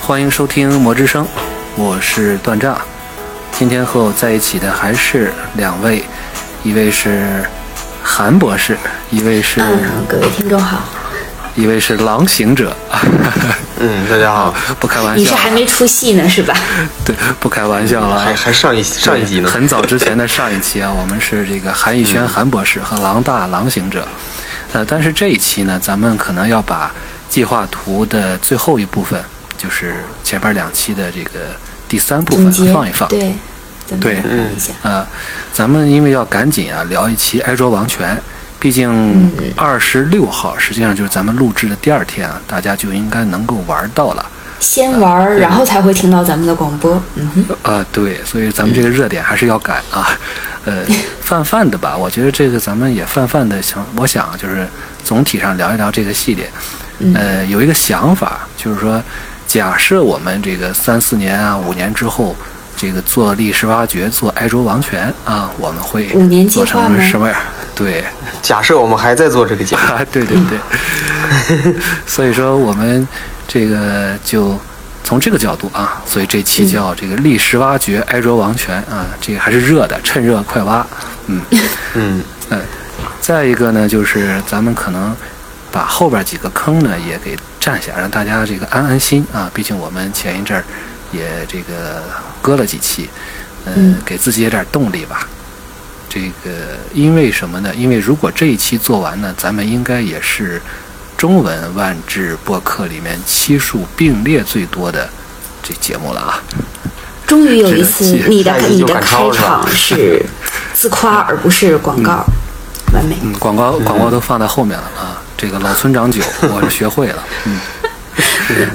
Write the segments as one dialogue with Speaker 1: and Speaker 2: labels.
Speaker 1: 欢迎收听《魔之声》，我是段炸。今天和我在一起的还是两位，一位是韩博士，一位是、
Speaker 2: 嗯，各位听众好，
Speaker 1: 一位是狼行者。
Speaker 3: 嗯，大家好，
Speaker 1: 不开玩笑，啊
Speaker 2: 你是还没嗯出戏呢是吧？
Speaker 1: 对，不开玩笑了啊。
Speaker 3: 还还上一上一集呢，
Speaker 1: 很早之前的上一期啊，我们是这个韩逸轩、韩博
Speaker 2: 嗯
Speaker 1: 士和狼大狼行者。呃，但是这一期呢，咱们可能要把计划图的最后一部分，就是前面两期的这个第三部
Speaker 2: 总
Speaker 1: 分
Speaker 2: 结
Speaker 1: 放一放。
Speaker 2: 对，咱们
Speaker 1: 对
Speaker 2: 看一下，
Speaker 1: 呃，咱们因为要赶紧啊聊一期埃卓王权，毕竟二十六号实际上就是咱们录制的第二天啊，大家就应该能够玩到了。
Speaker 2: 先玩儿，然后才会听到咱们的广播。嗯哼，
Speaker 1: 啊，对，所以咱们这个热点还是要赶啊， 呃，泛泛的吧，我觉得这个咱们也泛泛的想，我想就是总体上聊一聊这个系列，
Speaker 2: 嗯
Speaker 1: 呃，有一个想法，就是说，假设我们这个三四年啊、五年之后，这个做历史挖掘、做埃卓王权啊，我们会
Speaker 2: 五年计
Speaker 1: 做
Speaker 2: 划
Speaker 1: 成
Speaker 2: 吗
Speaker 1: 什么样？对，
Speaker 3: 假设我们还在做这 个节目，
Speaker 1: 啊，对对对，所以说我们这个就从这个角度啊，所以这期叫这个历史挖掘埃卓王权啊，这个还是热的，趁热快挖，嗯
Speaker 3: 嗯，
Speaker 1: 嗯，再一个呢，就是咱们可能把后边几个坑呢也给占下，让大家这个安安心啊，毕竟我们前一阵儿也这个割了几期，嗯
Speaker 2: 嗯，
Speaker 1: 给自己也点动力吧。这个因为什么呢？因为如果这一期做完呢，咱们应该也是中文万智播客里面期数并列最多的这节目了啊。
Speaker 2: 终于有一次
Speaker 1: 这个
Speaker 2: 你的
Speaker 3: 下一集
Speaker 2: 你
Speaker 3: 就
Speaker 2: 的
Speaker 3: 赶
Speaker 2: 开
Speaker 3: 超是吧
Speaker 2: 场是自夸而不是广告，完美。
Speaker 1: 嗯，广告广告都放在后面了啊。这个老村 长酒，我是学会了。嗯，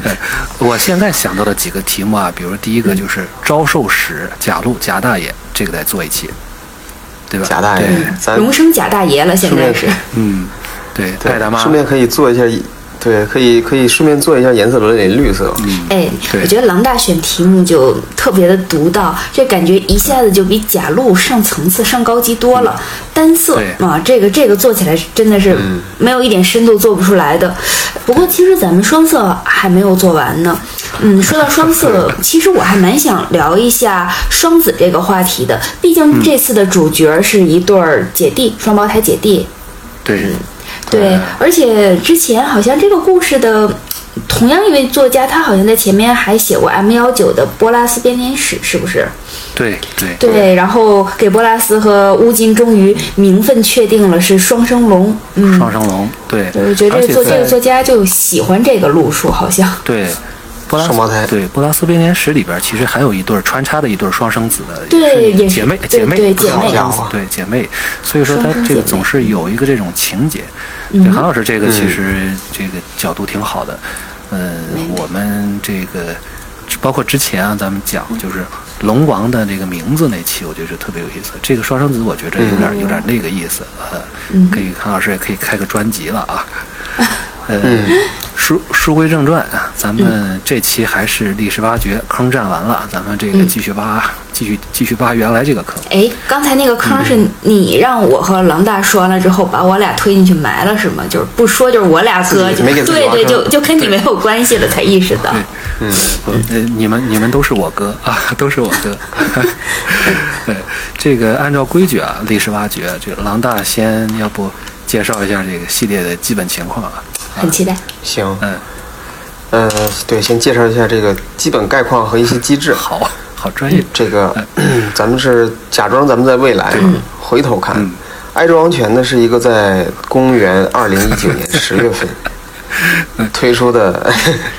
Speaker 1: 哎我现在想到的几个题目啊，比如第一个就是招寿史，贾路贾大爷，这个得做一期，对吧？
Speaker 3: 贾大
Speaker 1: 对
Speaker 3: 爷，咱
Speaker 2: 荣升贾大爷了，现
Speaker 3: 顺
Speaker 2: 在
Speaker 3: 便
Speaker 2: 是
Speaker 3: 可以
Speaker 1: 嗯，对，戴大
Speaker 3: 对，
Speaker 1: 妈，
Speaker 3: 顺便可以做一下，对，可以可以顺便做一下颜色轮里绿色，
Speaker 2: 哎，
Speaker 1: 嗯对
Speaker 2: 我觉得狼大选题目就特别的独到，这感觉一下子就比假路上层次、上高级多了。单色
Speaker 1: 嗯对嗯
Speaker 2: 啊，这个这个做起来真的是没有一点深度做不出来的。不过其实咱们双色还没有做完呢。嗯，说到 双色，其实我还蛮想聊一下双子这个话题的，毕
Speaker 1: 嗯
Speaker 2: 竟这次的主角是一对儿姐弟，双胞胎姐弟。
Speaker 1: 对，
Speaker 2: 对，而且之前好像这个故事的同样一位作家，他好像在前面还写过 M 幺九的波拉斯编年史，是不是？
Speaker 1: 对对对
Speaker 2: 对，然后给波拉斯和乌金终于名分确定了是双生龙。嗯，
Speaker 1: 双生龙，对，
Speaker 2: 对，我觉得
Speaker 1: 而
Speaker 2: 这
Speaker 1: 且
Speaker 2: 个作这
Speaker 1: 在
Speaker 2: 个作家就喜欢这个路数，好 像。
Speaker 1: 对。波拉斯
Speaker 3: 双胞胎
Speaker 1: 对《波拉斯编年史》里边，其实还有一对儿穿插的一对儿双生子的，
Speaker 2: 对
Speaker 1: 是
Speaker 2: 也是
Speaker 1: 姐妹
Speaker 2: 对
Speaker 1: 姐妹
Speaker 2: 对
Speaker 1: 不是
Speaker 2: 姐
Speaker 1: 双
Speaker 2: 妹
Speaker 1: 生子对姐妹，所以说他
Speaker 2: 双生
Speaker 1: 这个
Speaker 2: 姐妹嗯
Speaker 1: 总是有一个这种情节。对韩老师这个其实这个角度挺好的，呃，我们这个包括之前啊，咱们讲就是龙王的这个名字那期，我觉得是特别有意思。这个双生子我觉得有点有点那个意思，呃，可以韩老师也可以开个专辑了啊。呃，书书归正传啊，咱们这期还是历史挖掘坑占完了，咱们这个继续挖，继续继续挖原来这个坑。
Speaker 2: 哎，刚才那个坑是你让我和狼大说完了之后，把我俩推进去埋了，是吗？就是不说，就是我俩哥，
Speaker 3: 自己
Speaker 2: 就
Speaker 3: 没给自己
Speaker 2: 对
Speaker 3: 挖
Speaker 2: 对，
Speaker 3: 坑
Speaker 2: 就就跟你没有关系了，才意识到。
Speaker 1: 嗯，呃，你们你们都是我哥啊，都是我哥。 对，这个按照规矩啊，历史挖掘，这个狼大先要不介绍一下这个系列的基本情况啊？
Speaker 2: 很期待。
Speaker 3: 行，
Speaker 1: 嗯，
Speaker 2: 嗯
Speaker 3: 呃，对，先介绍一下这个基本概况和一些机制，
Speaker 1: 好，好专业。
Speaker 3: 这个
Speaker 2: 嗯
Speaker 3: 咱们是假装咱们在未来回头看
Speaker 1: 嗯，
Speaker 3: 埃卓王权呢是一个在公元二零一九 年十月份推出的，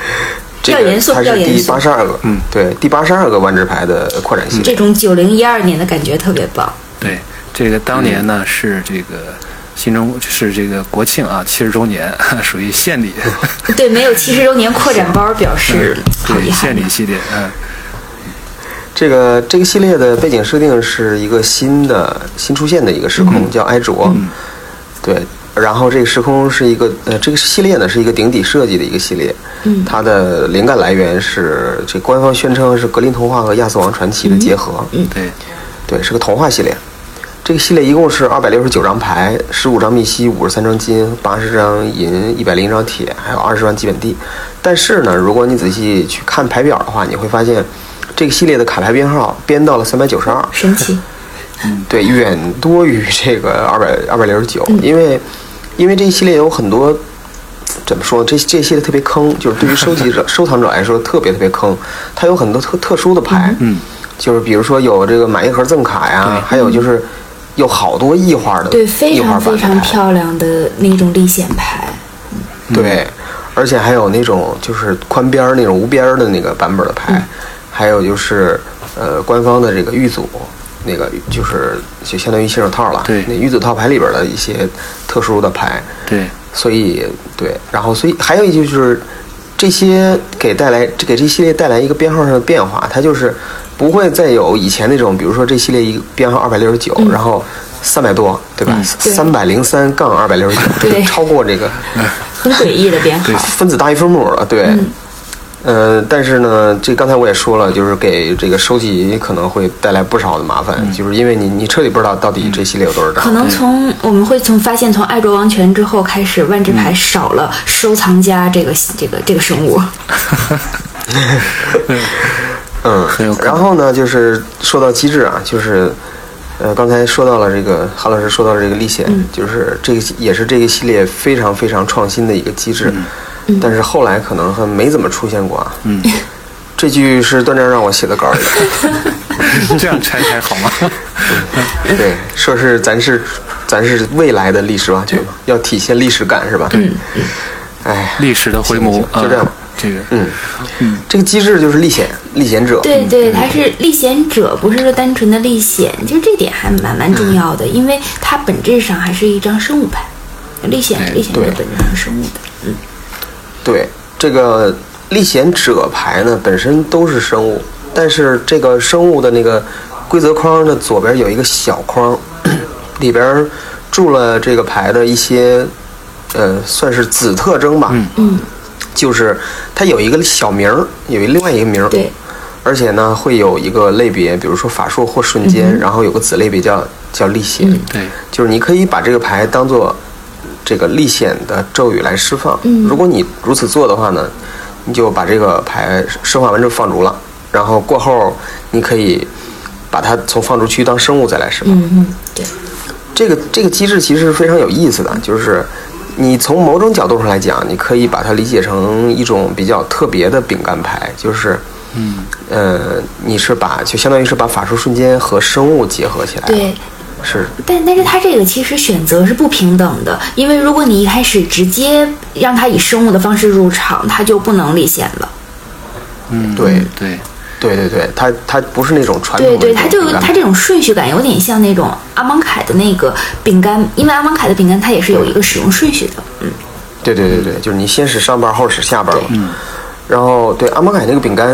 Speaker 2: 嗯
Speaker 3: 这
Speaker 2: 要严肃
Speaker 3: 个它
Speaker 2: 要
Speaker 3: 是
Speaker 2: 严
Speaker 3: 第
Speaker 2: 肃嗯
Speaker 3: 八十二个，嗯，对，第八十二个万智牌的扩展系列，
Speaker 2: 这种九零一二年的感觉特别棒。
Speaker 1: 对，这个当年呢是这个新中是这个国庆啊七十周年， 属于献礼。
Speaker 3: 嗯
Speaker 2: 对，没有七十周年扩展包，表示 好
Speaker 1: 嗯对，
Speaker 2: 遗憾
Speaker 1: 献。礼系列，嗯，
Speaker 3: 这个这个系列的背景设定是一个新的新出现的一个时空，叫埃卓。对，然后这个时空是一个呃，这个系列呢是一个顶底设计的一个系列。嗯，它的灵感来源是这官方宣称是格林童话和亚瑟王传奇的结合。嗯，
Speaker 1: 对，
Speaker 3: 对，是个童话系列。这个系列一共是二百六十九张牌，十五张密西，五十三张金，八十张银，一百零一张铁，还有二十万基本地。但是呢，如果你仔细去看牌表的话，你会发现这个系列的卡牌编号编到了三百九十二，
Speaker 2: 神奇。
Speaker 3: 对，远多于这个二百二百六十九，
Speaker 2: 嗯
Speaker 3: 因为因为这一系列有很多怎么说，这这一系列特别坑，就是对于 收集者、收藏者来说特别特别坑，它有很多特特殊的牌，
Speaker 1: 嗯，
Speaker 3: 就是比如说有这个买一盒赠卡呀，还有就是有好多异画的，
Speaker 2: 对，非
Speaker 3: 异画
Speaker 2: 常
Speaker 3: 版
Speaker 2: 非
Speaker 3: 的
Speaker 2: 常
Speaker 3: 牌
Speaker 2: 漂亮的那种历险牌，
Speaker 1: 嗯
Speaker 3: 对，而且还有那种就是宽边儿那种无边儿的那个版本的牌，
Speaker 1: 嗯
Speaker 3: 还有就是呃官方的这个玉组，那个就是就相当于新手套了，
Speaker 1: 对
Speaker 3: 那玉组套牌里边的一些特殊的牌，
Speaker 1: 对，
Speaker 3: 所以对，然后所以还有一就是这些给带来给这系列带来一个编号上的变化，它就是不会再有以前那种，比如说这系列一个编号二百六十九，
Speaker 1: 嗯
Speaker 3: 然后三百多，对吧？
Speaker 2: 对
Speaker 3: 三百零三杠二百六十九，
Speaker 2: 对
Speaker 3: 超过这个。
Speaker 2: 很诡异的编号。
Speaker 3: 分子大于分母了，对。
Speaker 1: 嗯
Speaker 3: 呃，但是呢，这刚才我也说了，就是给这个收集可能会带来不少的麻烦，
Speaker 1: 嗯
Speaker 3: 就是因为你你彻底不知道到底这系列有多少张。
Speaker 2: 可能从我们会从发现从爱卓王权之后开始，万智牌少了收藏家这个这个这个生物。
Speaker 3: 嗯
Speaker 1: 很有可，能
Speaker 3: 然后呢，就是说到机制啊，就是呃，刚才说到了这个韩老师说到了这个历险，
Speaker 1: 嗯
Speaker 3: 就是这个也是这个系列非常非常创新的一个机制，
Speaker 1: 嗯
Speaker 3: 但是后来可能还没怎么出现过啊。嗯，这句是段章让我写的稿儿里 的。
Speaker 1: 这样拆开好吗？
Speaker 3: 对，说是咱是咱是未来的历史挖掘嘛，要体现历史感是吧？嗯，哎，
Speaker 1: 历史的回眸
Speaker 3: 行行就这样
Speaker 1: 啊这个
Speaker 3: 嗯，这个机制就是历险历险者，
Speaker 2: 对对，它是历险者，不是说单纯的历险，就这点还蛮蛮重要的，因为它本质上还是一张生物牌。历险
Speaker 1: 对
Speaker 2: 历险者
Speaker 3: 对
Speaker 2: 本质上是生物的，
Speaker 3: 对这个历险者牌呢，本身都是生物，但是这个生物的那个规则框的左边有一个小框，里边住了这个牌的一些，呃，算是子特征吧。嗯嗯，就是它有一个小名儿，有一另外一个名儿。
Speaker 2: 对。
Speaker 3: 而且呢，会有一个类别，比如说法术或瞬间，然后有个子类别叫叫历险。
Speaker 1: 对，
Speaker 3: 就是你可以把这个牌当做这个历险的咒语来释放。
Speaker 2: 嗯
Speaker 3: 如果你如此做的话呢，你就把这个牌释放完之后放逐了，然后过后你可以把它从放逐区当生物再来释放。
Speaker 2: 嗯嗯，对，
Speaker 3: 这个这个机制其实是非常有意思的，就是你从某种角度上来讲，你可以把它理解成一种比较特别的饼干牌，就是。嗯，呃，你是把就相当于是把法术瞬间和生物结合起来，
Speaker 2: 对，
Speaker 3: 是
Speaker 2: 但但是它这个其实选择是不平等的，因为如果你一开始直接让它以生物的方式入场，它就不能历险了。
Speaker 1: 嗯，
Speaker 3: 对
Speaker 1: 对，
Speaker 3: 对对对，它它不是那种传统
Speaker 2: 对
Speaker 3: 的
Speaker 2: 对，
Speaker 3: 那
Speaker 2: 它
Speaker 3: 种
Speaker 2: 就
Speaker 3: 饼干
Speaker 2: 它这种顺序感有点像那种阿芒凯的那个饼干，因为阿芒凯的饼干它也是有一个使用顺序的。嗯，
Speaker 3: 对对对对，就是你先使上半儿后使下半儿嘛。然后对阿芒凯那个饼干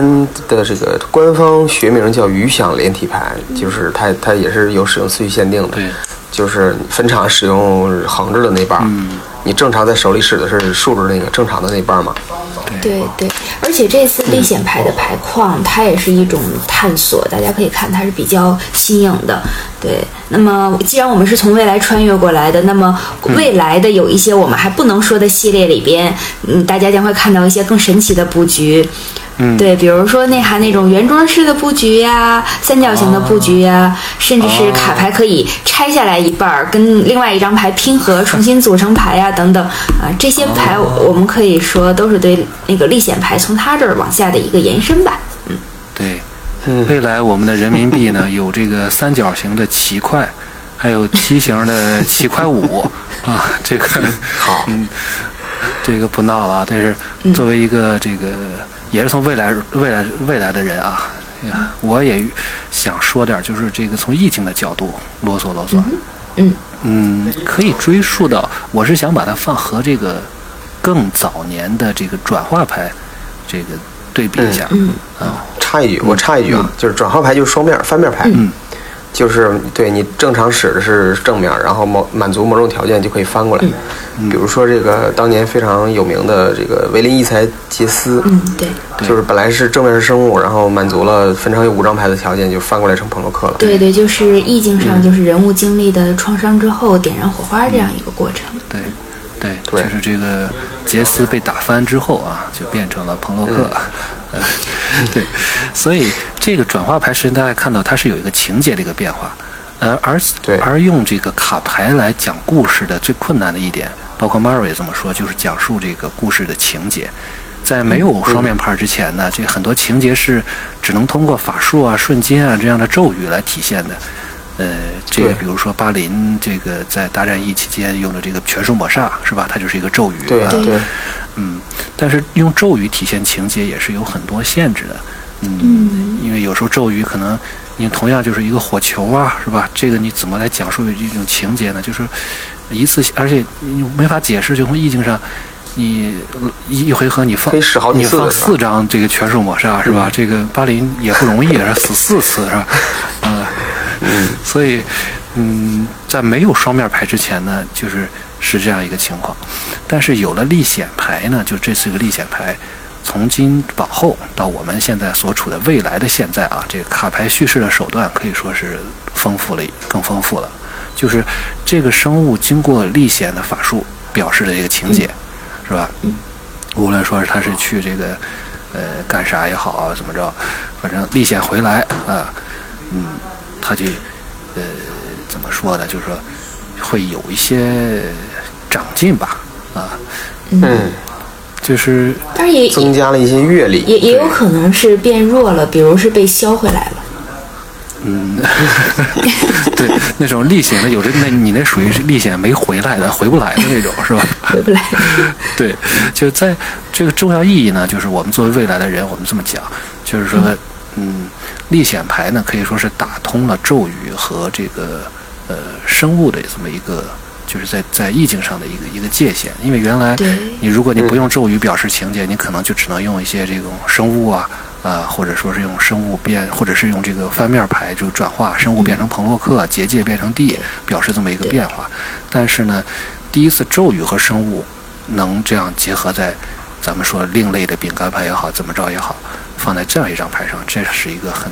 Speaker 3: 的这个官方学名叫鱼响连体牌，就是它它也是有使用次序限定的
Speaker 1: 对，
Speaker 3: 就是分场使用横着的那半儿，你正常在手里使的是竖着那个正常的那半儿嘛。
Speaker 2: 对对，而且这次历险牌的牌框它也是一种探索，大家可以看它是比较新颖的。对，那么既然我们是从未来穿越过来的，那么未来的有一些我们还不能说的系列里边，嗯，大家将会看到一些更神奇的布局。嗯，对，比如说内涵那种圆桌式的布局呀、三角形的布局呀、甚至哦是卡牌可以拆下来一半儿，跟另外一张牌拼合，重新组成牌呀、等等啊，这些牌我们可以说都是对那个历险牌从它这儿往下的一个延伸吧。
Speaker 1: 对，未来我们的人民币呢有这个三角形的七块，还有梯形的七块五啊，这个
Speaker 3: 好
Speaker 1: 嗯，这个不闹了啊，但是作为一个这个也是从未来未来未来的人啊。哎呀我也想说点儿，就是这个从疫情的角度啰嗦啰嗦。
Speaker 2: 嗯
Speaker 1: 嗯，可以追溯到，我是想把它放和这个更早年的这个转化牌，这个对比一下。嗯，啊，
Speaker 3: 插一句，我插一句啊，就是转号牌就是双面儿翻面儿牌。
Speaker 1: 嗯，
Speaker 3: 就是对你正常使的是正面，然后某满足某种条件就可以翻过来。嗯比如说这个当年非常有名的这个维林异才杰斯，
Speaker 2: 嗯，对
Speaker 3: 就是本来是正面是生物，然后满足了分场有五张牌的条件，就翻过来成朋洛克了。
Speaker 2: 对对，就是意境上就是人物经历的创伤之后点燃火花这样一个过程。
Speaker 1: 对，对，
Speaker 3: 对
Speaker 1: 就是这个杰斯被打翻之后啊，就变成了彭洛克。
Speaker 3: 嗯
Speaker 1: 呃对，所以这个转化牌时间大家看到它是有一个情节的一个变化，呃，而
Speaker 3: 对
Speaker 1: 而用这个卡牌来讲故事的最困难的一点，包括 Mary 也这么说，就是讲述这个故事的情节。在没有双面派之前呢，这很多情节是只能通过法术啊、瞬间啊这样的咒语来体现的。呃，这个
Speaker 3: 对
Speaker 1: 比如说巴林这个在大战役期间用的这个全数抹煞是吧？它就是一个咒语。
Speaker 3: 对
Speaker 1: 啊
Speaker 3: 对对
Speaker 1: 嗯，但是用咒语体现情节也是有很多限制的，嗯，因为有时候咒语可能，你同样就是一个火球啊，是吧？这个你怎么来讲述一种情节呢？就是一次性，而且你没法解释，就从意境上，你一一回合你放
Speaker 3: 可以使好几
Speaker 1: 你
Speaker 3: 次
Speaker 1: 放
Speaker 3: 是吧嗯
Speaker 1: 四张这个全数抹啊杀是吧？这个巴林也不容易，是吧死四次是 吧？啊、嗯， 所以，嗯，在没有双面牌之前呢，就是是这样一个情况，但是有了历险牌呢，就这是个历险牌。从今往后到我们现在所处的未来的现在啊，这个卡牌叙事的手段可以说是丰富了，更丰富了。就是这个生物经过历险的法术表示的这个情节，是吧？无论说是他是去这个呃干啥也好啊，怎么着，反正历险回来啊，嗯，他就呃怎么说呢？就是说会有一些长进吧，啊，
Speaker 3: 嗯，
Speaker 1: 就是
Speaker 2: 但是也
Speaker 3: 增加了一些阅历，
Speaker 2: 也也有可能是变弱了，比如是被削回来了。
Speaker 1: 对那种历险的，有的那你那属于是历险没回来的，回不来的那种，是吧？
Speaker 2: 回不来，
Speaker 1: 对，就在这个重要意义呢，就是我们作为未来的人，我们这么讲，就是说，嗯，历险牌呢可以说是打通了咒语和这个呃生物的这么一个，就是在在意境上的一个一个界限。因为原来
Speaker 2: 对
Speaker 1: 你如果你不用咒语表示情节，你可能就只能用一些这种生物啊。啊，或者说是用生物变，或者是用这个翻面牌就转化生物变成彭洛克，结界变成地，表示这么一个变化。但是呢，第一次咒语和生物能这样结合在咱们说另类的饼干牌也好，怎么着也好，放在这样一张牌上，这是一个很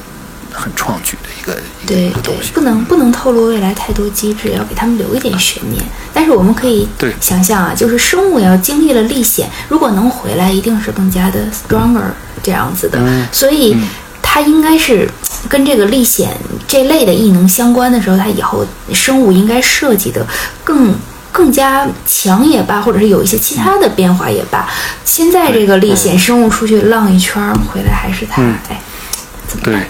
Speaker 1: 很创举的一个一
Speaker 2: 对
Speaker 1: 个一个
Speaker 2: 对
Speaker 1: 东西，。
Speaker 2: 不能不能透露未来太多机制，要给他们留一点悬念。但是我们可以
Speaker 1: 对
Speaker 2: 想象啊，就是生物要经历了历险，如果能回来，一定是更加的 stronger 这样子的。
Speaker 1: 嗯
Speaker 2: 所以它应该是跟这个历险这类的异能相关的时候，它以后生物应该设计的更。更加强也罢，或者是有一些其他的变化也罢，现在这个历险
Speaker 1: 嗯
Speaker 2: 生物出去浪一圈儿回来还是它，哎，怎么
Speaker 1: 对
Speaker 2: 办？，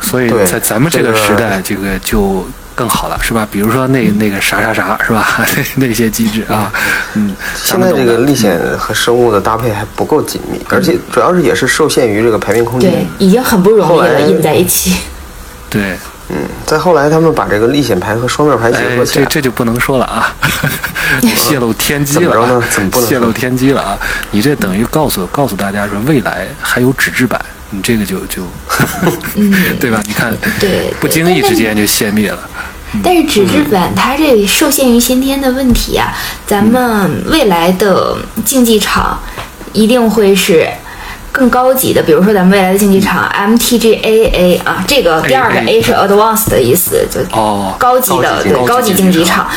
Speaker 1: 所以
Speaker 3: 对
Speaker 1: 在咱们这个
Speaker 3: 这个
Speaker 1: 时代，这个就更好了，是吧？比如说那那个啥啥啥，是吧？ 那那些机制啊，嗯，咱
Speaker 3: 现
Speaker 1: 们
Speaker 3: 在
Speaker 1: 懂嗯
Speaker 3: 这个
Speaker 1: 的
Speaker 3: 历险和生物的搭配还不够紧密，而且主要是也是受限于这个牌面空
Speaker 2: 对
Speaker 3: 间。，
Speaker 2: 已经很不容易
Speaker 3: 后来
Speaker 2: 了，印在一起。
Speaker 1: 对，
Speaker 3: 嗯，再后来他们把这个历险牌和双面牌结合
Speaker 1: 哎，
Speaker 3: 起
Speaker 1: 这
Speaker 3: 来，
Speaker 1: 这就不能说了 啊，泄露天机
Speaker 3: 怎么
Speaker 1: 了
Speaker 3: 着
Speaker 1: 啊
Speaker 3: 呢怎么，不能
Speaker 1: 泄
Speaker 3: 说
Speaker 1: 露天机了啊！你这等于告诉告诉大家说，未来还有纸质版，你这个就 就， 对吧？你看，
Speaker 2: 对
Speaker 1: 不经意之间就泄密了。
Speaker 2: 但是纸质版它这里受限于先天的问题啊，咱们未来的竞技场一定会是。更高级的，比如说咱们未来的竞技场 MTGAA 啊，这个第二个 A 是 Advanced 的意思，就
Speaker 1: 哦
Speaker 2: 高级的
Speaker 3: 高级竞
Speaker 2: 对高级竞
Speaker 3: 技场
Speaker 2: 技场，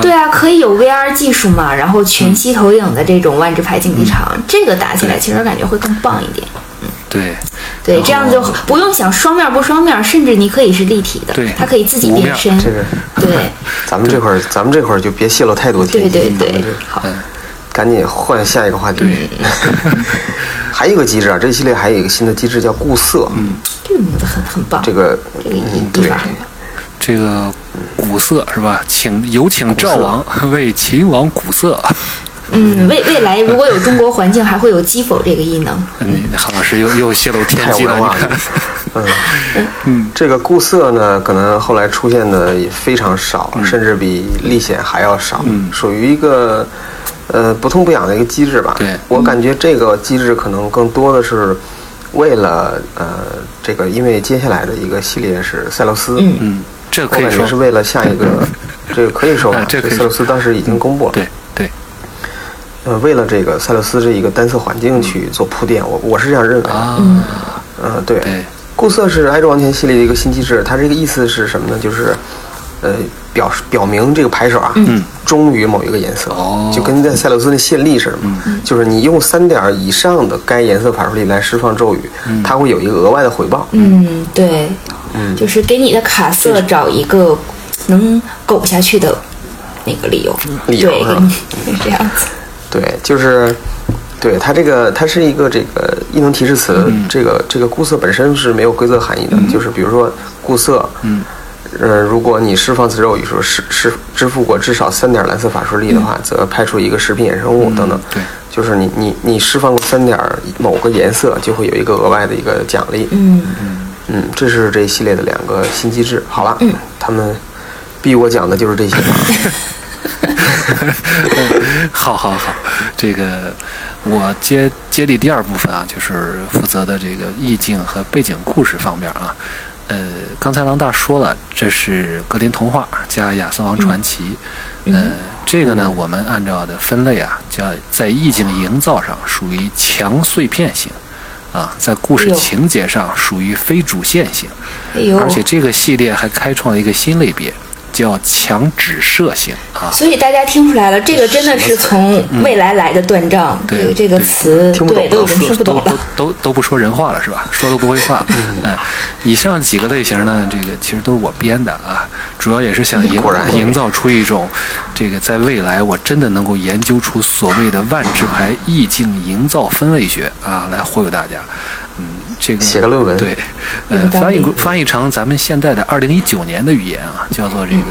Speaker 2: 对啊，可以有 VR 技术嘛，然后全息投影的这种万智牌竞技场，这个打起来其实感觉会更棒一点。
Speaker 1: 对
Speaker 2: 对，
Speaker 1: 然
Speaker 2: 这样就
Speaker 3: 哦
Speaker 1: 后
Speaker 2: 不用想双面不双面，甚至你可以是立体的，
Speaker 1: 对
Speaker 2: 它可以自己
Speaker 1: 无
Speaker 2: 变
Speaker 1: 面
Speaker 2: 身。
Speaker 3: 这个
Speaker 2: 对，
Speaker 3: 咱们这会儿咱们这会儿就别泄露太多
Speaker 2: 对
Speaker 3: 天机，
Speaker 2: 对
Speaker 3: 咱
Speaker 2: 对
Speaker 3: 们这，
Speaker 2: 好，
Speaker 3: 赶紧换下一个话题。 还有一个机制啊，这一系列还有一个新的机制叫固色，
Speaker 2: 这个名字很很棒，
Speaker 3: 这个
Speaker 2: 这个
Speaker 3: 嗯
Speaker 2: 地
Speaker 3: 对
Speaker 2: 方。
Speaker 1: 这个古色是吧？请有请赵王 为秦王古 色。
Speaker 2: 嗯，未未来如果有中国环境，还会有击否这个异能。
Speaker 1: 嗯，韩老师又又泄露天
Speaker 3: 太
Speaker 1: 机
Speaker 3: 文
Speaker 1: 了，你
Speaker 3: 化
Speaker 1: 看
Speaker 3: 了。嗯，这个固色呢，可能后来出现的也非常少，甚至比历险还要少，属于一个呃不痛不痒的一个机制吧。
Speaker 1: 对
Speaker 3: 我感觉这个机制可能更多的是为了呃这个，因为接下来的一个系列是赛洛斯，
Speaker 2: 嗯
Speaker 1: 嗯，这
Speaker 3: 我
Speaker 1: 可以
Speaker 3: 感觉
Speaker 1: 说
Speaker 3: 是为了 下一个，这个可以说吧
Speaker 1: 啊，这可以
Speaker 3: 塞
Speaker 1: 说
Speaker 3: 勒斯当时已经公布了，
Speaker 1: 对对，
Speaker 3: 呃，为了这个塞勒斯这一个单色环境去做铺垫，我我是这样认为的。
Speaker 1: 嗯啊，
Speaker 3: 呃，对，
Speaker 1: 对
Speaker 3: 固色是埃卓王权系列的一个新机制，它这个意思是什么呢？就是，呃，表示表明这个牌手啊，忠于某一个颜色，
Speaker 1: 哦嗯
Speaker 3: 就跟在塞勒斯那县历似的嘛，就是你用三点以上的该颜色法术力来释放咒语，
Speaker 1: 嗯
Speaker 3: 它会有一个额外的回报。
Speaker 2: 嗯，对，
Speaker 3: 嗯
Speaker 2: 就是给你的卡色找一个能苟下去的那个理由，
Speaker 3: 理由
Speaker 2: 对
Speaker 3: 是吧，
Speaker 2: 是 这样子。
Speaker 3: 对，就是，对它这个它是一个这个异能提示词，这个这个固色本身是没有规则含义的，就是比如说固色，嗯，呃，如果你释放此咒语时候是是支付过至少三点蓝色法术力的话，则派出一个食品衍生物等等，
Speaker 1: 对，
Speaker 3: 就是你你你释放过三点某个颜色，就会有一个额外的一个奖励，
Speaker 2: 嗯，
Speaker 3: 嗯，这是这一系列的两个新机制。好了，他们逼我讲的就是这些了。
Speaker 1: 好好好，这个我接接力第二部分啊，就是负责的这个意境和背景故事方面啊。呃，刚才郎大说了，这是格林童话加亚瑟王传奇。
Speaker 2: 嗯
Speaker 1: 呃，这个呢，我们按照的分类啊，叫在意境营造上属于强碎片型，啊，在故
Speaker 2: 哎
Speaker 1: 事
Speaker 2: 呦
Speaker 1: 情节上属于非主线型。
Speaker 2: 哎呦，
Speaker 1: 而且这个系列还开创了一个新类别，叫强指涉型啊。
Speaker 2: 所以大家听出来了，这个真的是从未来来的断章，
Speaker 1: 对
Speaker 2: 这个这个词，
Speaker 3: 听不懂
Speaker 2: 对，都已经
Speaker 1: 说
Speaker 2: 听不懂
Speaker 1: 都
Speaker 2: 了。
Speaker 1: 都都不说人话了是吧？说都不会话。嗯，以上几个类型呢，这个其实都是我编的啊，主要也是想营
Speaker 3: 果然
Speaker 1: 营造出一种，这个在未来我真的能够研究出所谓的万智牌意境营造分类学啊，来忽悠大家。嗯，这个
Speaker 3: 写个论文
Speaker 1: 对，呃
Speaker 2: 有，道
Speaker 1: 翻译
Speaker 2: 理
Speaker 1: 翻译成咱们现在的二零一九年的语言啊，叫做这个，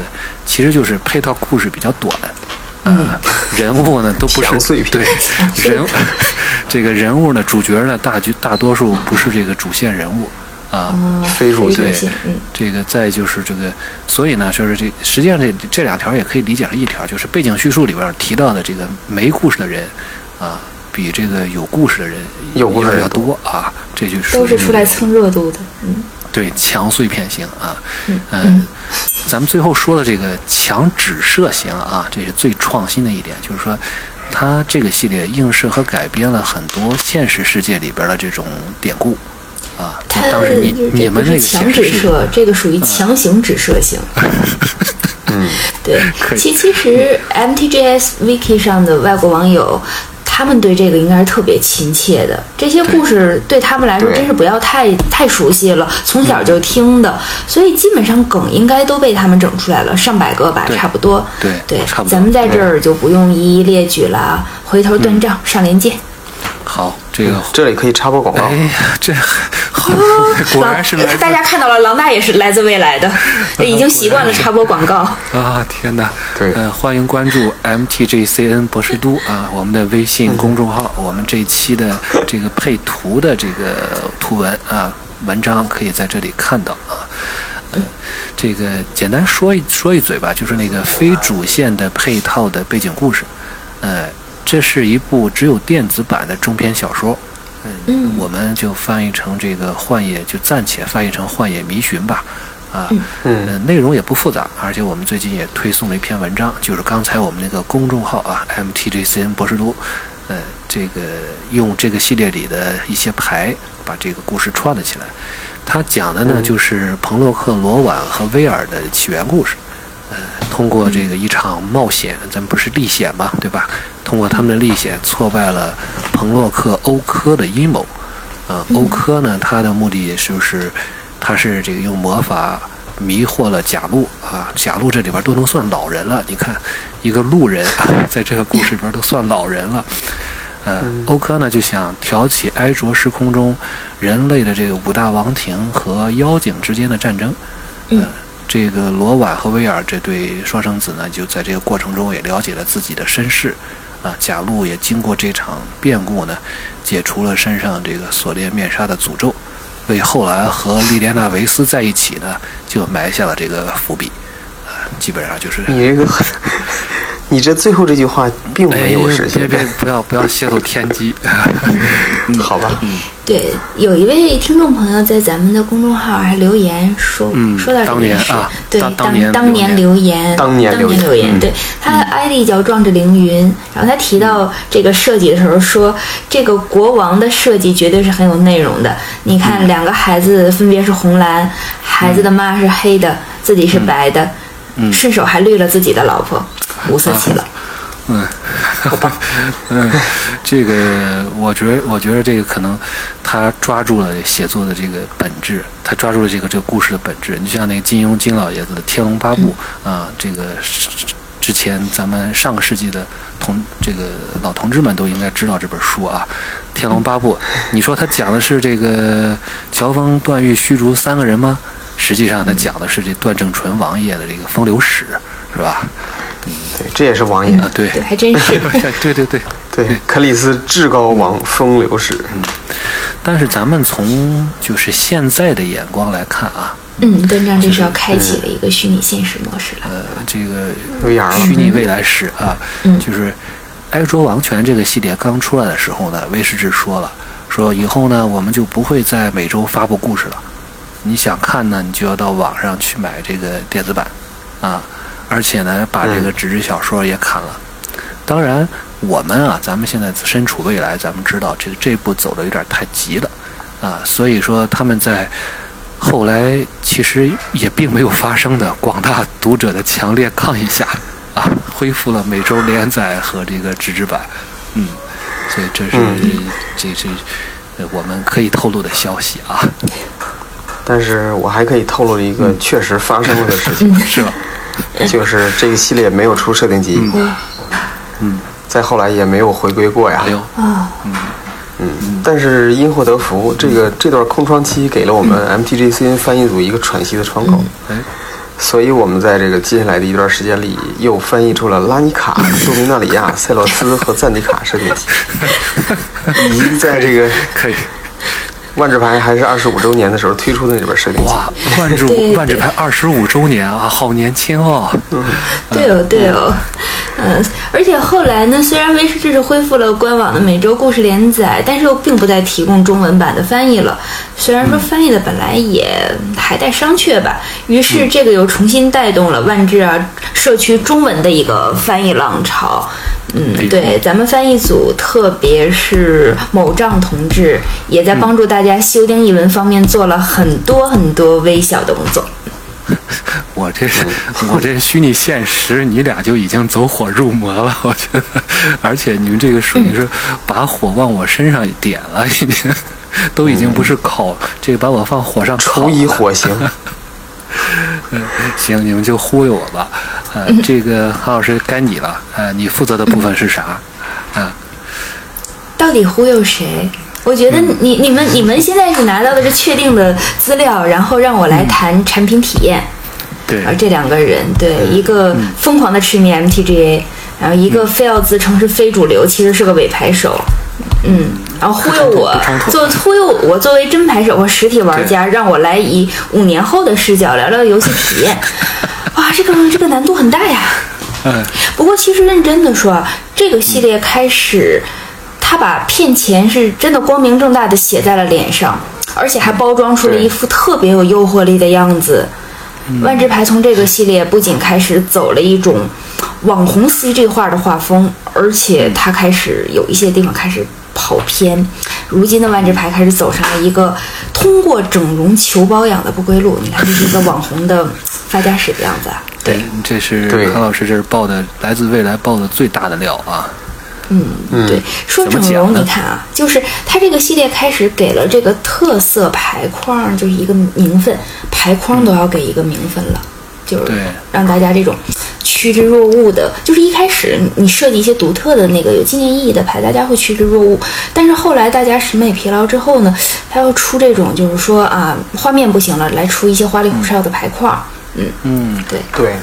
Speaker 1: 其实就是配套故事比较短。嗯， 人物呢都不是
Speaker 3: 强碎片
Speaker 1: 对，人 这个人物呢，主角呢，大局大多数不是这个主线人物啊。
Speaker 2: 哦
Speaker 3: 非主
Speaker 2: 非
Speaker 1: 对
Speaker 2: 线嗯，
Speaker 1: 这个再就是这个，所以呢，就是这实际上这这两条也可以理解成一条，就是背景叙述里边提到的这个没故事的人啊，比这个有故事的人
Speaker 3: 有故事的人
Speaker 1: 要多啊，这就是
Speaker 2: 都是出来蹭热度的。嗯，
Speaker 1: 对强碎片型啊，嗯，咱们最后说的这个强指涉型啊，这是最创新的一点，就是说，它这个系列映射和改编了很多现实世界里边的这种典故啊。就
Speaker 2: 它
Speaker 1: 当时你你们
Speaker 2: 这
Speaker 1: 那
Speaker 2: 不
Speaker 1: 个
Speaker 2: 是强
Speaker 1: 显
Speaker 2: 指
Speaker 1: 示世界
Speaker 2: 涉，呃这个属于强行指 涉型。
Speaker 3: 嗯，
Speaker 2: 对
Speaker 1: 可，以
Speaker 2: 其其实 MTGS Wiki 上的外国网友。他们对这个应该是特别亲切的，这些故事对他们来说
Speaker 3: 对
Speaker 2: 真是不要太太熟悉了，从小就听的，
Speaker 1: 嗯
Speaker 2: 所以基本上梗应该都被他们整出来了，上百个吧，
Speaker 1: 对
Speaker 2: 差不多。
Speaker 1: 对
Speaker 2: 对
Speaker 1: 差不，多嗯
Speaker 2: 咱们在这儿就不用一一列举了，回头断账上链接。
Speaker 1: 好，这个
Speaker 3: 这里可以插播广告。
Speaker 1: 哎呀，这好，果然是来自
Speaker 2: 嗯大家看到了，狼大也是来自未 来的，已经习惯了插播广告。
Speaker 1: 啊！天哪，
Speaker 3: 对
Speaker 1: 呃，欢迎关注 MTGCN 博士都啊，我们的微信公众号，我们这一期的这个配图的这个图文啊文章可以在这里看到啊。呃这个简单说一说一嘴吧，就是那个非主线的配套的背景故事，呃，这是一部只有电子版的中篇小说，嗯，我们就翻译成这个幻野，就暂且翻译成幻野迷寻吧，啊，
Speaker 3: 嗯
Speaker 1: 呃，内容也不复杂，而且我们最近也推送了一篇文章，就是刚才我们那个公众号啊，MTGCN 博士都，呃，这个用这个系列里的一些牌把这个故事串了起来。它讲的呢，就是彭洛克、罗婉和威尔的起源故事。呃，通过这个一场冒险，咱们不是历险嘛，对吧？通过他们的历险，挫败了彭洛克、欧科的阴谋。呃，欧科呢，他的目的就是，他是这个用魔法迷惑了贾路啊，贾路这里边都能算老人了。你看，一个路人 啊，在这个故事里边都算老人了。呃，欧科呢就想挑起埃卓时空中人类的这个五大王庭和妖精之间的战争。嗯、呃，这个罗婉和威尔这对双生子呢，就在这个过程中也了解了自己的身世。啊，贾路也经过这场变故呢，解除了身上这个锁链面纱的诅咒，为后来和莉莲娜维斯在一起呢，就埋下了这个伏笔。啊，基本上就是
Speaker 3: 你这个， 你这最后这句话并没有实现。
Speaker 1: 哎别别不要不要泄露天机，
Speaker 3: 好吧？
Speaker 1: 嗯
Speaker 2: 对，有一位听众朋友在咱们的公众号还留言说，
Speaker 1: 嗯
Speaker 2: 说到这
Speaker 1: 当
Speaker 2: 件
Speaker 1: 年
Speaker 2: 事，
Speaker 1: 啊
Speaker 2: 对，
Speaker 1: 当当
Speaker 2: 当
Speaker 1: 年
Speaker 2: 当
Speaker 1: 留言
Speaker 2: 留言，
Speaker 3: 当年留言
Speaker 2: 留
Speaker 1: 嗯
Speaker 2: 言，对，他的 ID 叫壮志凌云，然后他提到这个设计的时候说，这个国王的设计绝对是很有内容的。
Speaker 1: 嗯
Speaker 2: 你看，两个孩子分别是红蓝，孩子的妈是黑的，自己是
Speaker 1: 嗯
Speaker 2: 白的，顺手还绿了自己的老婆，五
Speaker 1: 啊
Speaker 2: 色旗了。
Speaker 1: 嗯，好吧， 嗯，这个我觉得，我觉得这个可能他抓住了写作的这个本质，他抓住了这个这个故事的本质。你就像那个金庸金老爷子的《天龙八部》啊，这个是之前咱们上个世纪的同这个老同志们都应该知道这本书啊，《天龙八部》。你说他讲的是这个乔峰、段誉、虚竹三个人吗？实际上，他讲的是这段正淳王爷的这个风流史，是吧？
Speaker 3: 对，这也是王爷。
Speaker 1: 啊，对，
Speaker 2: 对，还 真是。
Speaker 1: 对对对。
Speaker 3: 对，克里斯至高王风流史。
Speaker 1: 嗯但是咱们从就是现在的眼光来看啊，
Speaker 2: 嗯，段章这是要开启了一个虚拟现实模式了。
Speaker 1: 呃，这个
Speaker 3: VR 了
Speaker 1: 虚拟未来史啊，
Speaker 2: 嗯
Speaker 1: 就是《埃卓王权》这个系列刚出来的时候呢，威士忌说了，说以后呢，我们就不会在每周发布故事了。你想看呢，你就要到网上去买这个电子版，啊，而且呢，把这个纸质小说也砍了。当然，我们啊，咱们现在身处未来，咱们知道这个这一步走的有点太急了，啊，所以说他们在后来其实也并没有发生的广大读者的强烈抗议下，啊，恢复了每周连载和这个纸质版，嗯，所以这是、这这呃我们可以透露的消息啊，
Speaker 3: 但是我还可以透露一
Speaker 1: 嗯
Speaker 3: 个确实发生了的事情，
Speaker 1: 是吧？
Speaker 3: 就是这个系列没有出设定集，
Speaker 1: 嗯，
Speaker 3: 再后来也没有回归过呀
Speaker 1: 还。有
Speaker 2: 啊、
Speaker 3: 嗯，但是因祸得福，
Speaker 2: 嗯
Speaker 3: 这个这段空窗期给了我们 MTGC 翻译组一个喘息的窗口，
Speaker 2: 嗯
Speaker 1: 哎，
Speaker 3: 所以我们在这个接下来的一段时间里，又翻译出了拉尼 卡、多明纳里亚、塞洛斯和赞迪卡设定集，以及在这个
Speaker 1: 可以。
Speaker 3: 万智牌还是二十五周年的时候推出的那本设定集。
Speaker 1: 哇，万智
Speaker 2: 对
Speaker 1: 万智牌二十五周年啊，好年轻哦！
Speaker 2: 对哦，对哦，嗯，而且后来呢，虽然威士忌是恢复了官网的每周故事连载，但是又并不再提供中文版的翻译了。虽然说翻译的本来也还待商榷吧，于是这个又重新带动了万智啊社区中文的一个翻译浪潮。嗯，对，咱们翻译组，特别是某丈同志，也在帮助大家修订译文方面做了很多很多微小的工作。
Speaker 1: 我这 是我这虚拟现实，你俩就已经走火入魔了，我觉得，而且你们这个属于是把火往我身上点了，已经都已经不是烤，这个把我放火上烤
Speaker 3: 除
Speaker 1: 了
Speaker 3: 以嗯火刑，
Speaker 1: 行，你们就忽悠我吧。呃，这个韩老师该你了，呃，你负责的部分是啥？啊，
Speaker 2: 到底忽悠谁？我觉得你、你们、你们现在是拿到的是确定的资料，然后让我来谈产品体验。
Speaker 1: 对，嗯
Speaker 2: 而这两个人，对、一个疯狂的痴迷 MTGA，然后一个非要自称是非主流，其实是个伪牌手。嗯，然后忽悠我
Speaker 1: 不冲突
Speaker 2: 做忽悠我作为真牌手和实体玩家，让我来以五年后的视角聊聊游戏体 验。哇，这个这个难度很大呀。
Speaker 1: 嗯，
Speaker 2: 不过其实认真的说，啊，这个系列开始，他把骗钱是真的光明正大的写在了脸上，而且还包装出了一副特别有诱惑力的样子。万智牌从这个系列不仅开始走了一种网红 CG 画的画风，而且它开始有一些地方开始跑偏。如今的万智牌开始走上了一个通过整容求保养的不归路。你看，这是一个网红的发家史的样子啊。
Speaker 1: 对，这是
Speaker 3: 对
Speaker 1: 韩老师这是爆的来自未来爆的最大的料啊。
Speaker 2: 嗯，对，说整
Speaker 1: 怎么
Speaker 2: 容，
Speaker 1: 讲呢
Speaker 2: 你看啊，就是它这个系列开始给了这个特色牌框就是一个名分，牌框都要给一个名分了，就是
Speaker 1: 对
Speaker 2: 让大家这种趋之若鹜的，就是一开始你设计一些独特的那个有纪念意义的牌，大家会趋之若鹜，但是后来大家审美疲劳之后呢，它要出这种就是说啊，画面不行了，来出一些花里胡哨的牌框，嗯，
Speaker 1: 嗯，
Speaker 2: 对，
Speaker 3: 对，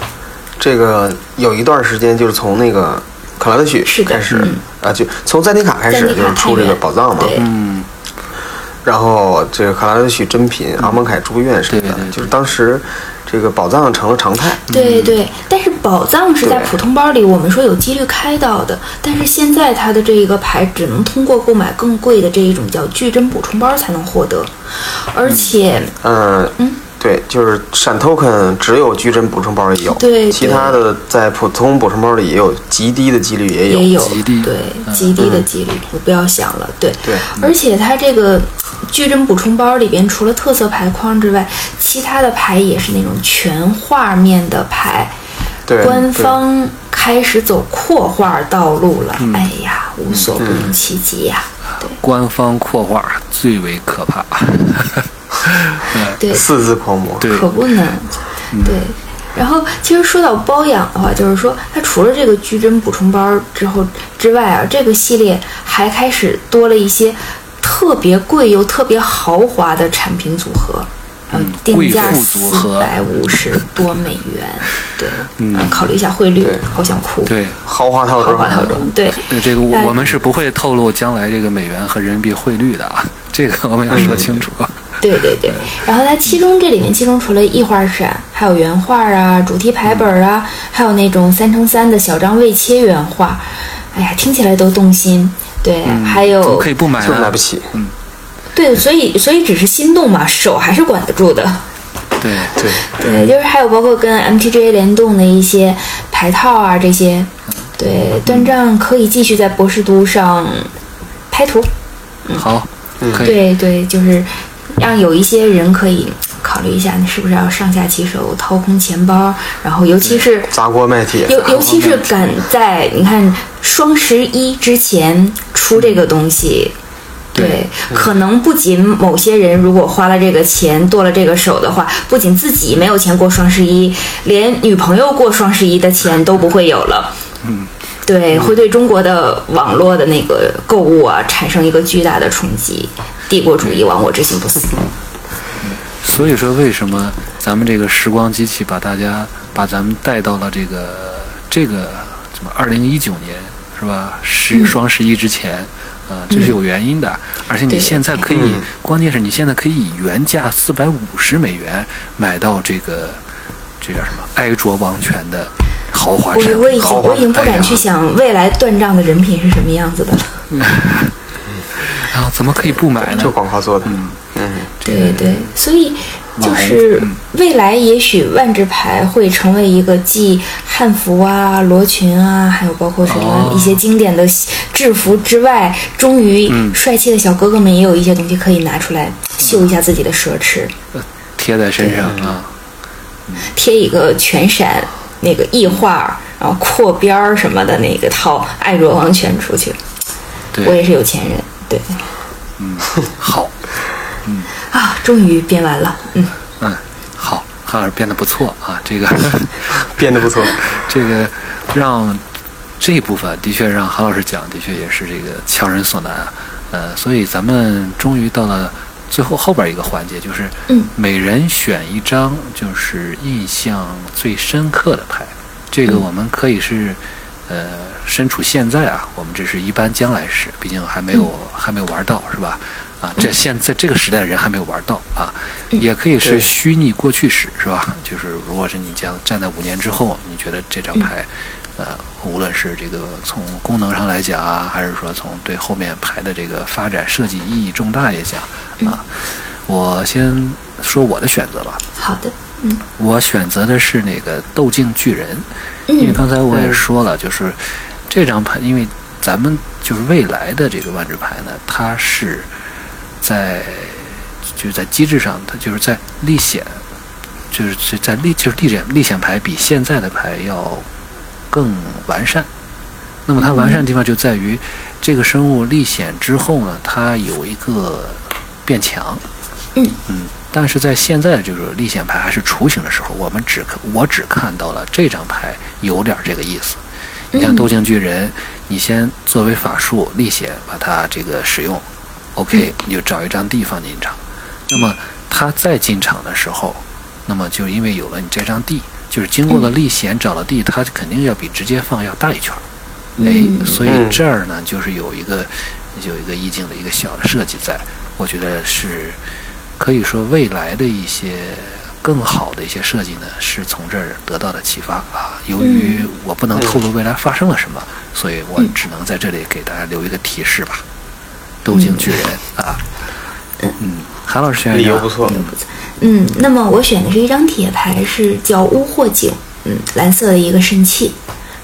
Speaker 3: 这个有一段时间就是从那个卡拉德许
Speaker 2: 是的
Speaker 3: 开始
Speaker 2: 嗯
Speaker 3: 啊，就从赞迪卡开
Speaker 2: 赞
Speaker 3: 始
Speaker 2: 迪
Speaker 3: 就
Speaker 2: 卡
Speaker 3: 是出这个宝藏嘛，嗯
Speaker 2: 对，
Speaker 3: 然后这个卡拉德许真品、阿蒙凯住院什么的
Speaker 1: 对对，对
Speaker 3: 就是当时这个宝藏成了常态。
Speaker 2: 对对，但是宝藏是在
Speaker 3: 对
Speaker 2: 普通包里，我们说有几率开到的，但是现在它的这一个牌只能通过购买更贵的这一种叫矩阵补充包才能获得，而且
Speaker 3: 嗯，对，就是闪 token 只有矩阵补充包里有，
Speaker 2: 对
Speaker 3: 其他的在普通补充包里也有，极低的几率也有。
Speaker 2: 也有
Speaker 1: 极低
Speaker 2: 对
Speaker 1: 嗯
Speaker 2: 极低的几率，我不要想了。对
Speaker 3: 对
Speaker 2: 而且它这个矩阵补充包里边，除了特色牌框之外，其他的牌也是那种全画面的牌。
Speaker 3: 对，
Speaker 2: 官方开始走扩画道路了，
Speaker 3: 嗯
Speaker 2: 哎呀，无所不用其极呀、
Speaker 1: 官方扩画最为可怕。
Speaker 2: 对
Speaker 3: 对四字狂魔。
Speaker 1: 对，嗯
Speaker 2: 可不呢，对。然后，其实说到包养的话，就是说它除了这个矩阵补充包之后之外啊，这个系列还开始多了一些特别贵又特别豪华的产品组合，然后定价
Speaker 1: 嗯贵妇组
Speaker 2: 四
Speaker 1: 合
Speaker 2: 百五十多美元，对，嗯，考虑一下汇率
Speaker 3: 对，
Speaker 2: 好想哭，
Speaker 1: 对，
Speaker 3: 豪华套
Speaker 2: 豪
Speaker 3: 装，
Speaker 2: 华套装，对，
Speaker 1: 呃这个
Speaker 2: 哎
Speaker 1: 我我们是不会透露将来这个美元和人民币汇率的啊， 这个我们要说清楚。
Speaker 2: 对对对，然后它其中这里面其中除了异画闪，还有原画啊、主题牌本啊，还有那种三乘三的小张未切原画，哎呀，听起来都动心。对，嗯还
Speaker 1: 怎么
Speaker 2: 有
Speaker 1: 嗯可以不买啊
Speaker 3: 就是买
Speaker 1: 呢
Speaker 3: 不？起。
Speaker 2: 对，所以所以只是心动嘛，手还是管得住的。
Speaker 1: 对，
Speaker 3: 对，
Speaker 2: 对，就是还有包括跟 MTGA 联动的一些牌套啊这些。对，端账可以继续在博士都上拍图。
Speaker 1: 好，
Speaker 3: 嗯
Speaker 1: 可以。
Speaker 2: 对对，就是让有一些人可以考虑一下，你是不是要上下其手，掏空钱包，然后尤其是
Speaker 3: 砸锅卖铁。
Speaker 2: 尤尤其是敢在你看双十一之前出这个东西。
Speaker 1: 对
Speaker 2: 对，可能不仅某些人如果花了这个钱剁了这个手的话，不仅自己没有钱过双十一，连女朋友过双十一的钱都不会有了。嗯，对，会对中国的网络的那个购物啊产生一个巨大的冲击。帝国主义亡我之心不死。
Speaker 1: 所以说，为什么咱们这个时光机器把大家把咱们带到了这个这个什么二零一九年是吧？
Speaker 2: 嗯
Speaker 1: 十双十一之前，啊、这是有原因的。而且
Speaker 2: 对
Speaker 1: 你现在可以
Speaker 3: 嗯，
Speaker 1: 关键是你现在可以以原价四百五十美元买到这个这叫什么埃卓王权的豪华产
Speaker 2: 我
Speaker 1: 品。
Speaker 2: 我已经
Speaker 1: 豪华
Speaker 2: 我已经不
Speaker 1: 哎呀
Speaker 2: 敢去想未来断账的人品是什么样子的了。
Speaker 1: 啊，怎么可以不买呢
Speaker 3: 这？广告做的，嗯，
Speaker 1: 这
Speaker 2: 对
Speaker 1: 个
Speaker 2: 对，所以就是未来，也许万智牌会成为一个继汉服啊、罗裙啊，还有包括什么
Speaker 1: 哦
Speaker 2: 一些经典的制服之外，终于帅气的小哥哥们也有一些东西可以拿出来秀一下自己的奢侈，
Speaker 1: 贴在身上啊，
Speaker 2: 贴一个全闪那个异画，然后扩边儿什么的那个套爱若王权出去，我也
Speaker 1: 对，
Speaker 2: 是有钱人，对
Speaker 1: 好，
Speaker 2: 啊，终于编完了，嗯。
Speaker 1: 嗯，好，哈尔变得不错啊，这 个
Speaker 3: 编的不错。
Speaker 1: 这个让这一部分的确让韩老师讲，的确也是这个强人所难啊。呃，所以咱们终于到了最后后边一个环节，就是
Speaker 2: 嗯
Speaker 1: 每人选一张就是印象最深刻的牌。这个我们可以是呃身处现在啊，我们这是一般将来时，毕竟还没有、还没有玩到是吧？啊，这现在这个时代的人还没有玩到啊，也可以是
Speaker 3: 对
Speaker 1: 虚拟过去史是吧？就是如果是你将站在五年之后，你觉得这张牌，呃，无论是这个从功能上来讲啊，还是说从对后面牌的这个发展设计意义重大也讲啊，我先说我的选择吧。
Speaker 2: 好的，
Speaker 1: 我选择的是那个斗境巨人，因为刚才我也说了，就是这张牌，因为咱们就是未来的这个万智牌呢，它是在就是在机制上，它就是在历险，就是是在历就是历险历险牌比现在的牌要更完善。那么它完善的地方就在于，这个生物历险之后呢，它有一个变强。嗯，但是在现在就是历险牌还是雏形的时候，我们只看我只看到了这张牌有点儿这个意思。你看斗境巨人，你先作为法术历险把它这个使用，OK，你就找一张地方进场。那么他再进场的时候，那么就因为有了你这张地，就是经过了历险找了地，它肯定要比直接放要大一圈儿。哎，所以这儿呢，就是有一个有一个意境的一个小的设计在，我觉得是可以说未来的一些更好的一些设计呢，是从这儿得到的启发啊。由于我不能透露未来发生了什么，所以我只能在这里给大家留一个提示吧。豆茎巨人啊，嗯，韩老师选
Speaker 3: 理由不错，
Speaker 2: 嗯，那么我选的是一张铁牌，是叫乌霍井，嗯，蓝色的一个神器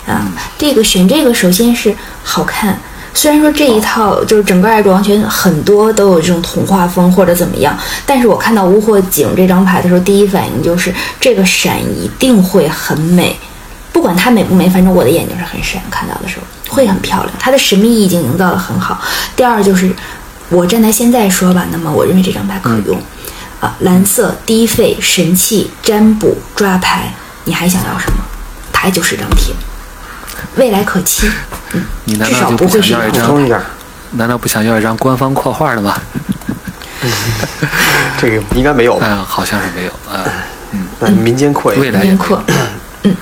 Speaker 2: 啊。这个选这个首先是好看，虽然说这一套就是整个爱国王权很多都有这种童话风或者怎么样，但是我看到乌霍井这张牌的时候，第一反应就是这个闪一定会很美，不管它美不美，反正我的眼睛是很闪，看到的时候会很漂亮。它的神秘意已经营造得很好。第二就是我站在现在说吧，那么我认为这张牌可用。啊，蓝色低费神器占卜抓牌，你还想要什么？牌九十张贴，未来可 期。嗯，
Speaker 1: 你难
Speaker 2: 至
Speaker 1: 道
Speaker 2: 少
Speaker 1: 就
Speaker 2: 不会
Speaker 1: 不
Speaker 2: 是
Speaker 1: 想要一
Speaker 3: 补
Speaker 1: 张
Speaker 2: 套
Speaker 3: 充一点，
Speaker 1: 难道不想要一张官方扩画的吗？
Speaker 3: 这个应该没有吧？
Speaker 1: 嗯，好像是没有啊。嗯，
Speaker 3: 嗯，民间扩
Speaker 1: 未
Speaker 3: 音。
Speaker 1: 来也
Speaker 2: 年
Speaker 1: 没有
Speaker 2: 课。嗯，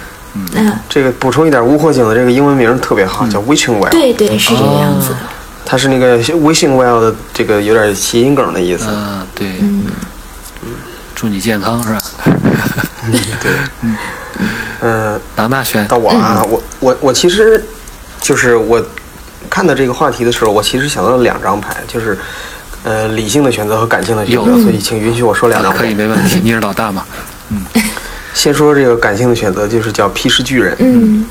Speaker 2: 那
Speaker 3: 这个补充一点，乌霍井的这个英文名特别好，叫 Witching Well，
Speaker 2: 对对是这个样子的。
Speaker 3: 哦它是那个 Wishing Well 的这个有点谐音梗的意思。
Speaker 1: 嗯，对，
Speaker 2: 嗯，
Speaker 1: 祝你健康是吧？
Speaker 3: 嗯，
Speaker 1: 达纳轩
Speaker 3: 到我 啊，我我我其实就是我看到这个话题的时候，我其实想到了两张牌，就是呃理性的选择和感性的选择，
Speaker 1: 有
Speaker 3: 所以请允许我说两张
Speaker 1: 啊可以
Speaker 3: 牌。
Speaker 1: 没问题，你是老大嘛？
Speaker 3: 先说这个感性的选择，就是叫劈石巨人，
Speaker 2: 嗯，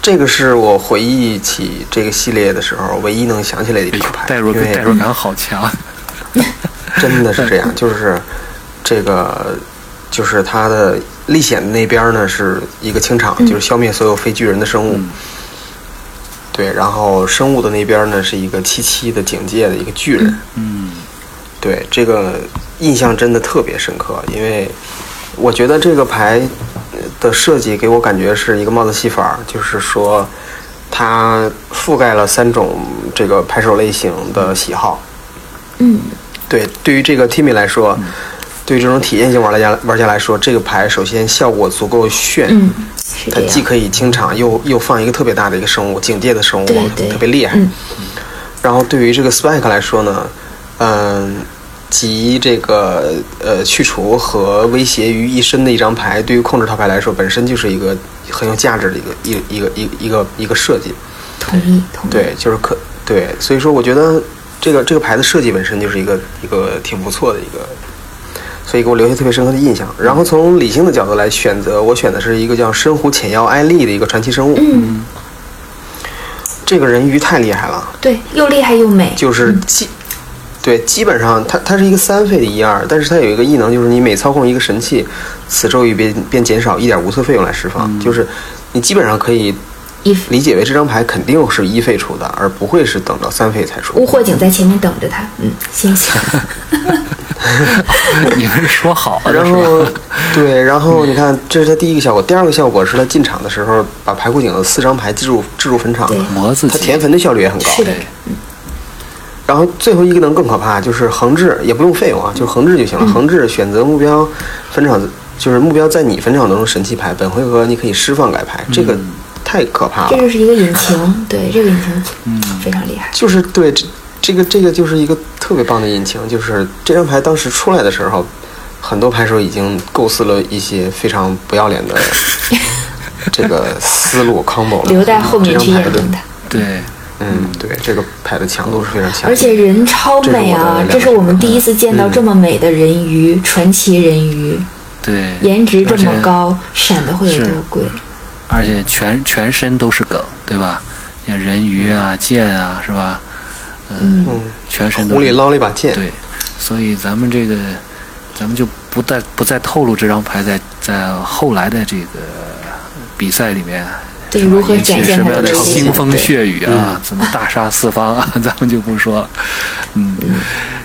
Speaker 3: 这个是我回忆起这个系列的时候唯一能想起来的一张 牌，
Speaker 1: 代入
Speaker 3: 哎因为
Speaker 1: 代入感好强。
Speaker 3: 真的是这样，就是这个，就是它的历险的那边儿呢是一个清场，就是消灭所有非巨人的生物。对，然后生物的那边儿呢是一个七七的警戒的一个巨人。
Speaker 1: 嗯
Speaker 3: 对，这个印象真的特别深刻，因为我觉得这个牌的设计给我感觉是一个帽子戏法儿，就是说它覆盖了三种这个牌手类型的喜好。
Speaker 2: 嗯，
Speaker 3: 对，对于这个 Timmy 来说，对于这种体验型玩家玩家来说，这个牌首先效果足够炫，
Speaker 2: 嗯，是
Speaker 3: 它
Speaker 2: 这
Speaker 3: 既
Speaker 2: 样。
Speaker 3: 可以清场，又又放一个特别大的一个生物，警戒的生物，
Speaker 2: 对对
Speaker 3: 特别厉害。
Speaker 2: 嗯
Speaker 3: 然后对于这个 Spike 来说呢，嗯，集这个呃去除和威胁于一身的一张牌，对于控制套牌来说，本身就是一个很有价值的一个一一个一个一个一个设计。
Speaker 2: 同意同意。
Speaker 3: 对，就是可对，所以说我觉得这个这个牌的设计本身就是一个一个挺不错的一个，所以给我留下特别深刻的印象。然后从理性的角度来选择，我选的是一个叫深湖浅腰艾丽的一个传奇生物。
Speaker 2: 嗯，
Speaker 3: 这个人鱼太厉害了，
Speaker 2: 对，又厉害又美。
Speaker 3: 就是基、对，基本上它它是一个三费的一二，但是它有一个异能，就是你每操控一个神器，此咒语便便减少一点无色费用来释放，就是你基本上可以。
Speaker 2: 一
Speaker 3: 理解为这张牌肯定是一费出的，而不会是等到三费才出。
Speaker 2: 乌霍井在前面等着他。嗯，谢 谢。
Speaker 1: 嗯你们说好了
Speaker 3: 然
Speaker 1: 是吧？
Speaker 3: 后，对，然后你看，这是他第一个效果。第二个效果是他进场的时候把排骨井的四张牌置入置入坟场
Speaker 2: 对，
Speaker 1: 磨自
Speaker 3: 他填
Speaker 1: 己，
Speaker 3: 坟的效率也很高。
Speaker 2: 是的
Speaker 1: 对，
Speaker 3: 然后最后一个能更可怕，就是横置也不用费用啊，
Speaker 2: 嗯
Speaker 3: 就是横置就行了。横置选择目标坟场，就是目标在你坟场当中神器牌，本回合你可以释放该牌，这个
Speaker 2: 嗯
Speaker 3: 太可怕
Speaker 2: 这
Speaker 3: 了。
Speaker 2: 就是一个引擎，对，这个引擎
Speaker 3: 嗯
Speaker 2: 非常厉害。
Speaker 3: 就是对这这个这个就是一个特别棒的引擎，就是这张牌当时出来的时候，很多牌手已经构思了一些非常不要 脸的这个思路 combo 了。
Speaker 2: 留在后面去
Speaker 3: 这张
Speaker 2: 验
Speaker 3: 牌的
Speaker 2: 证它。
Speaker 1: 对，
Speaker 3: 嗯，对，这个牌的强度是非常强的，
Speaker 2: 而且人超美啊！这
Speaker 3: 这
Speaker 2: 是
Speaker 3: 是
Speaker 2: 我
Speaker 3: 我
Speaker 2: 们
Speaker 1: 嗯
Speaker 3: 们
Speaker 2: 第一次见到这么美的人鱼，传奇人鱼，
Speaker 1: 对，
Speaker 2: 颜值这
Speaker 1: 而
Speaker 2: 么
Speaker 1: 且，
Speaker 2: 高，闪的会有多
Speaker 1: 是
Speaker 2: 贵？
Speaker 1: 而且全全身都是梗，对吧？像人鱼啊、剑啊，是吧？
Speaker 2: 嗯，
Speaker 3: 嗯，
Speaker 1: 全身都
Speaker 3: 湖里
Speaker 1: 是
Speaker 3: 捞了一把剑，
Speaker 1: 对，所以咱们这个，咱们就不再不再透露这张牌在在后来的这个比赛里面
Speaker 2: 对，
Speaker 1: 是吧
Speaker 2: 如何
Speaker 1: 引起
Speaker 2: 展现
Speaker 1: 什
Speaker 2: 它
Speaker 1: 么
Speaker 2: 的
Speaker 1: 样
Speaker 2: 魅
Speaker 1: 的
Speaker 2: 力？
Speaker 1: 腥风
Speaker 2: 对嗯
Speaker 1: 血雨啊，怎么大杀四方啊， 咱们就不说了。嗯，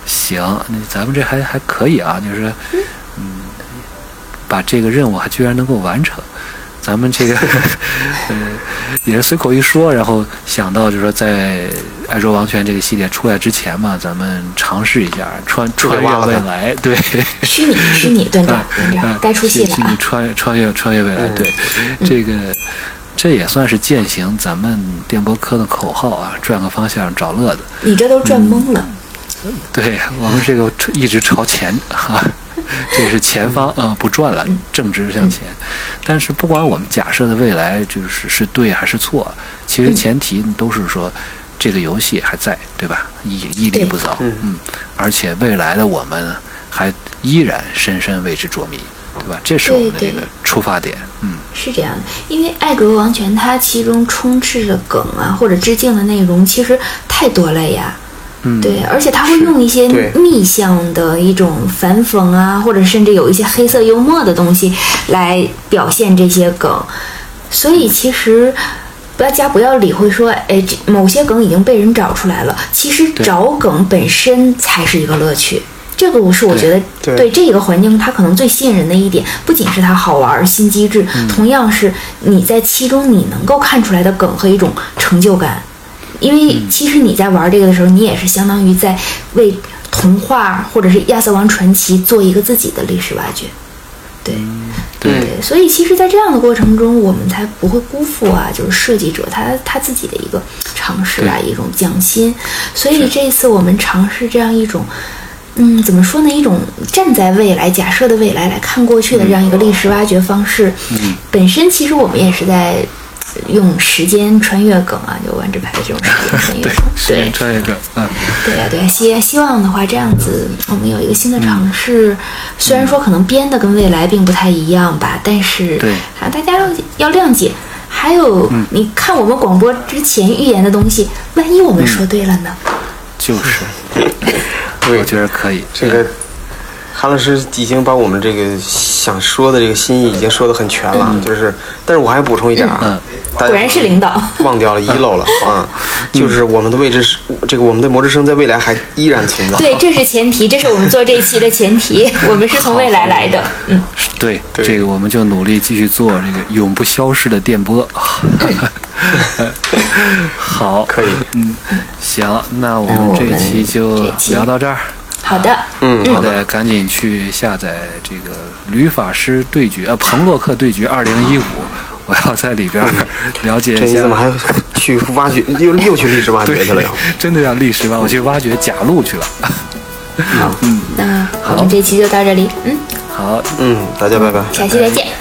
Speaker 1: 行，那咱们这还还可以啊，就是说嗯，把这个任务还居然能够完成。咱们这个，呃，也是随口一说，然后想到就是说，在《爱说王权》这个系列出来之前嘛，咱们尝试一下穿
Speaker 3: 就给
Speaker 1: 穿
Speaker 3: 挖了
Speaker 1: 越未
Speaker 3: 它
Speaker 1: 来，对，
Speaker 2: 虚拟，虚拟，断章，断
Speaker 1: 啊
Speaker 2: 章，该出戏了
Speaker 1: 虚拟
Speaker 2: 啊！
Speaker 1: 穿越穿越穿越未来，
Speaker 3: 嗯
Speaker 1: 对，这个这也算是践行咱们电波科的口号啊，转个方向找乐子。
Speaker 2: 你这都转懵了，
Speaker 1: 对我们这个一直朝前哈、 这是前方啊、呃、不转了，正直向前。但是不管我们假设的未来就是是对还是错，其实前提都是说这个游戏还在，对吧？屹屹立不倒，嗯，而且未来的我们还依然深深为之着迷。对吧？这是我们的一个出发点，嗯，
Speaker 2: 是这样的。因为《爱国王权》它其中充斥的梗啊，或者致敬的内容，其实太多了呀。
Speaker 1: 嗯，
Speaker 2: 对，而且他会用一些
Speaker 3: 对
Speaker 2: 逆向的一种反讽啊，或者甚至有一些黑色幽默的东西来表现这些梗。所以其实大家不要理会说，哎，这某些梗已经被人找出来了。其实
Speaker 1: 对
Speaker 2: 找梗本身才是一个乐趣。这个我是我觉得
Speaker 3: 对
Speaker 2: 对这个环境它可能最吸引人的一点，不仅是它好玩儿、新机制，同样是你在其中你能够看出来的梗和一种成就感。因为其实你在玩这个的时候，你也是相当于在为童话或者是亚瑟王传奇做一个自己的历史挖掘。对，
Speaker 1: 对
Speaker 3: 嗯
Speaker 2: 对，所以其实，在这样的过程中，我们才不会辜负啊，就是设计者他他自己的一个尝试啊，一种匠心。所以这次我们尝试这样一种，嗯，怎么说呢？一种站在未来、假设的未来来看过去的这样一个历史挖掘方式，
Speaker 1: 嗯
Speaker 2: 本身其实我们也是在呃用时间穿越梗啊，就万智牌的 这种时间穿越梗，
Speaker 1: 时
Speaker 2: 对
Speaker 1: 间穿越梗，嗯，
Speaker 2: 对啊呀、对呀、希希望的话，这样子我们有一个新的尝试，虽然说可能编的跟未来并不太一样吧，但是
Speaker 1: 对
Speaker 2: 啊，大家要要谅解。还有，你看我们广播之前预言的东西，万一我们说对了呢？
Speaker 1: 就是，
Speaker 3: 对
Speaker 1: 我觉得可以。
Speaker 3: 这个韩老师已经把我们这个想说的这个心意已经说的很全了，就是，但是我还补充一点啊，
Speaker 1: 嗯
Speaker 3: 大家
Speaker 2: 果然是领导，
Speaker 3: 忘掉了，遗漏 了啊，就是我们的位置是这个我们的魔之声在未来还依然存在，
Speaker 2: 对，这是前提，这是我们做这一期的前提，我们是从未来来的，嗯，
Speaker 1: 对，
Speaker 3: 对
Speaker 1: 这个我们就努力继续做这个永不消逝的电 波。好，
Speaker 3: 可以，
Speaker 1: 嗯，行，那我
Speaker 2: 那我
Speaker 1: 们
Speaker 2: 们
Speaker 1: 这一期就
Speaker 2: 这期
Speaker 1: 聊到这儿。
Speaker 2: 好的，
Speaker 3: 嗯，好
Speaker 1: 好
Speaker 3: 的，
Speaker 1: 的，赶紧去下载这个《吕法师对决》呃，《彭洛克对决二零 一五》，我要在里边儿了解
Speaker 3: 这
Speaker 1: 一
Speaker 3: 你
Speaker 1: 下
Speaker 3: 怎么。还去挖掘又又去历史挖掘
Speaker 1: 对
Speaker 3: 去了又？，
Speaker 1: 真的让历史吧，我去挖掘假路去了。
Speaker 2: 那我们这期就到这里，嗯，
Speaker 1: 好，
Speaker 3: 嗯，大家拜拜。
Speaker 2: 下期再见。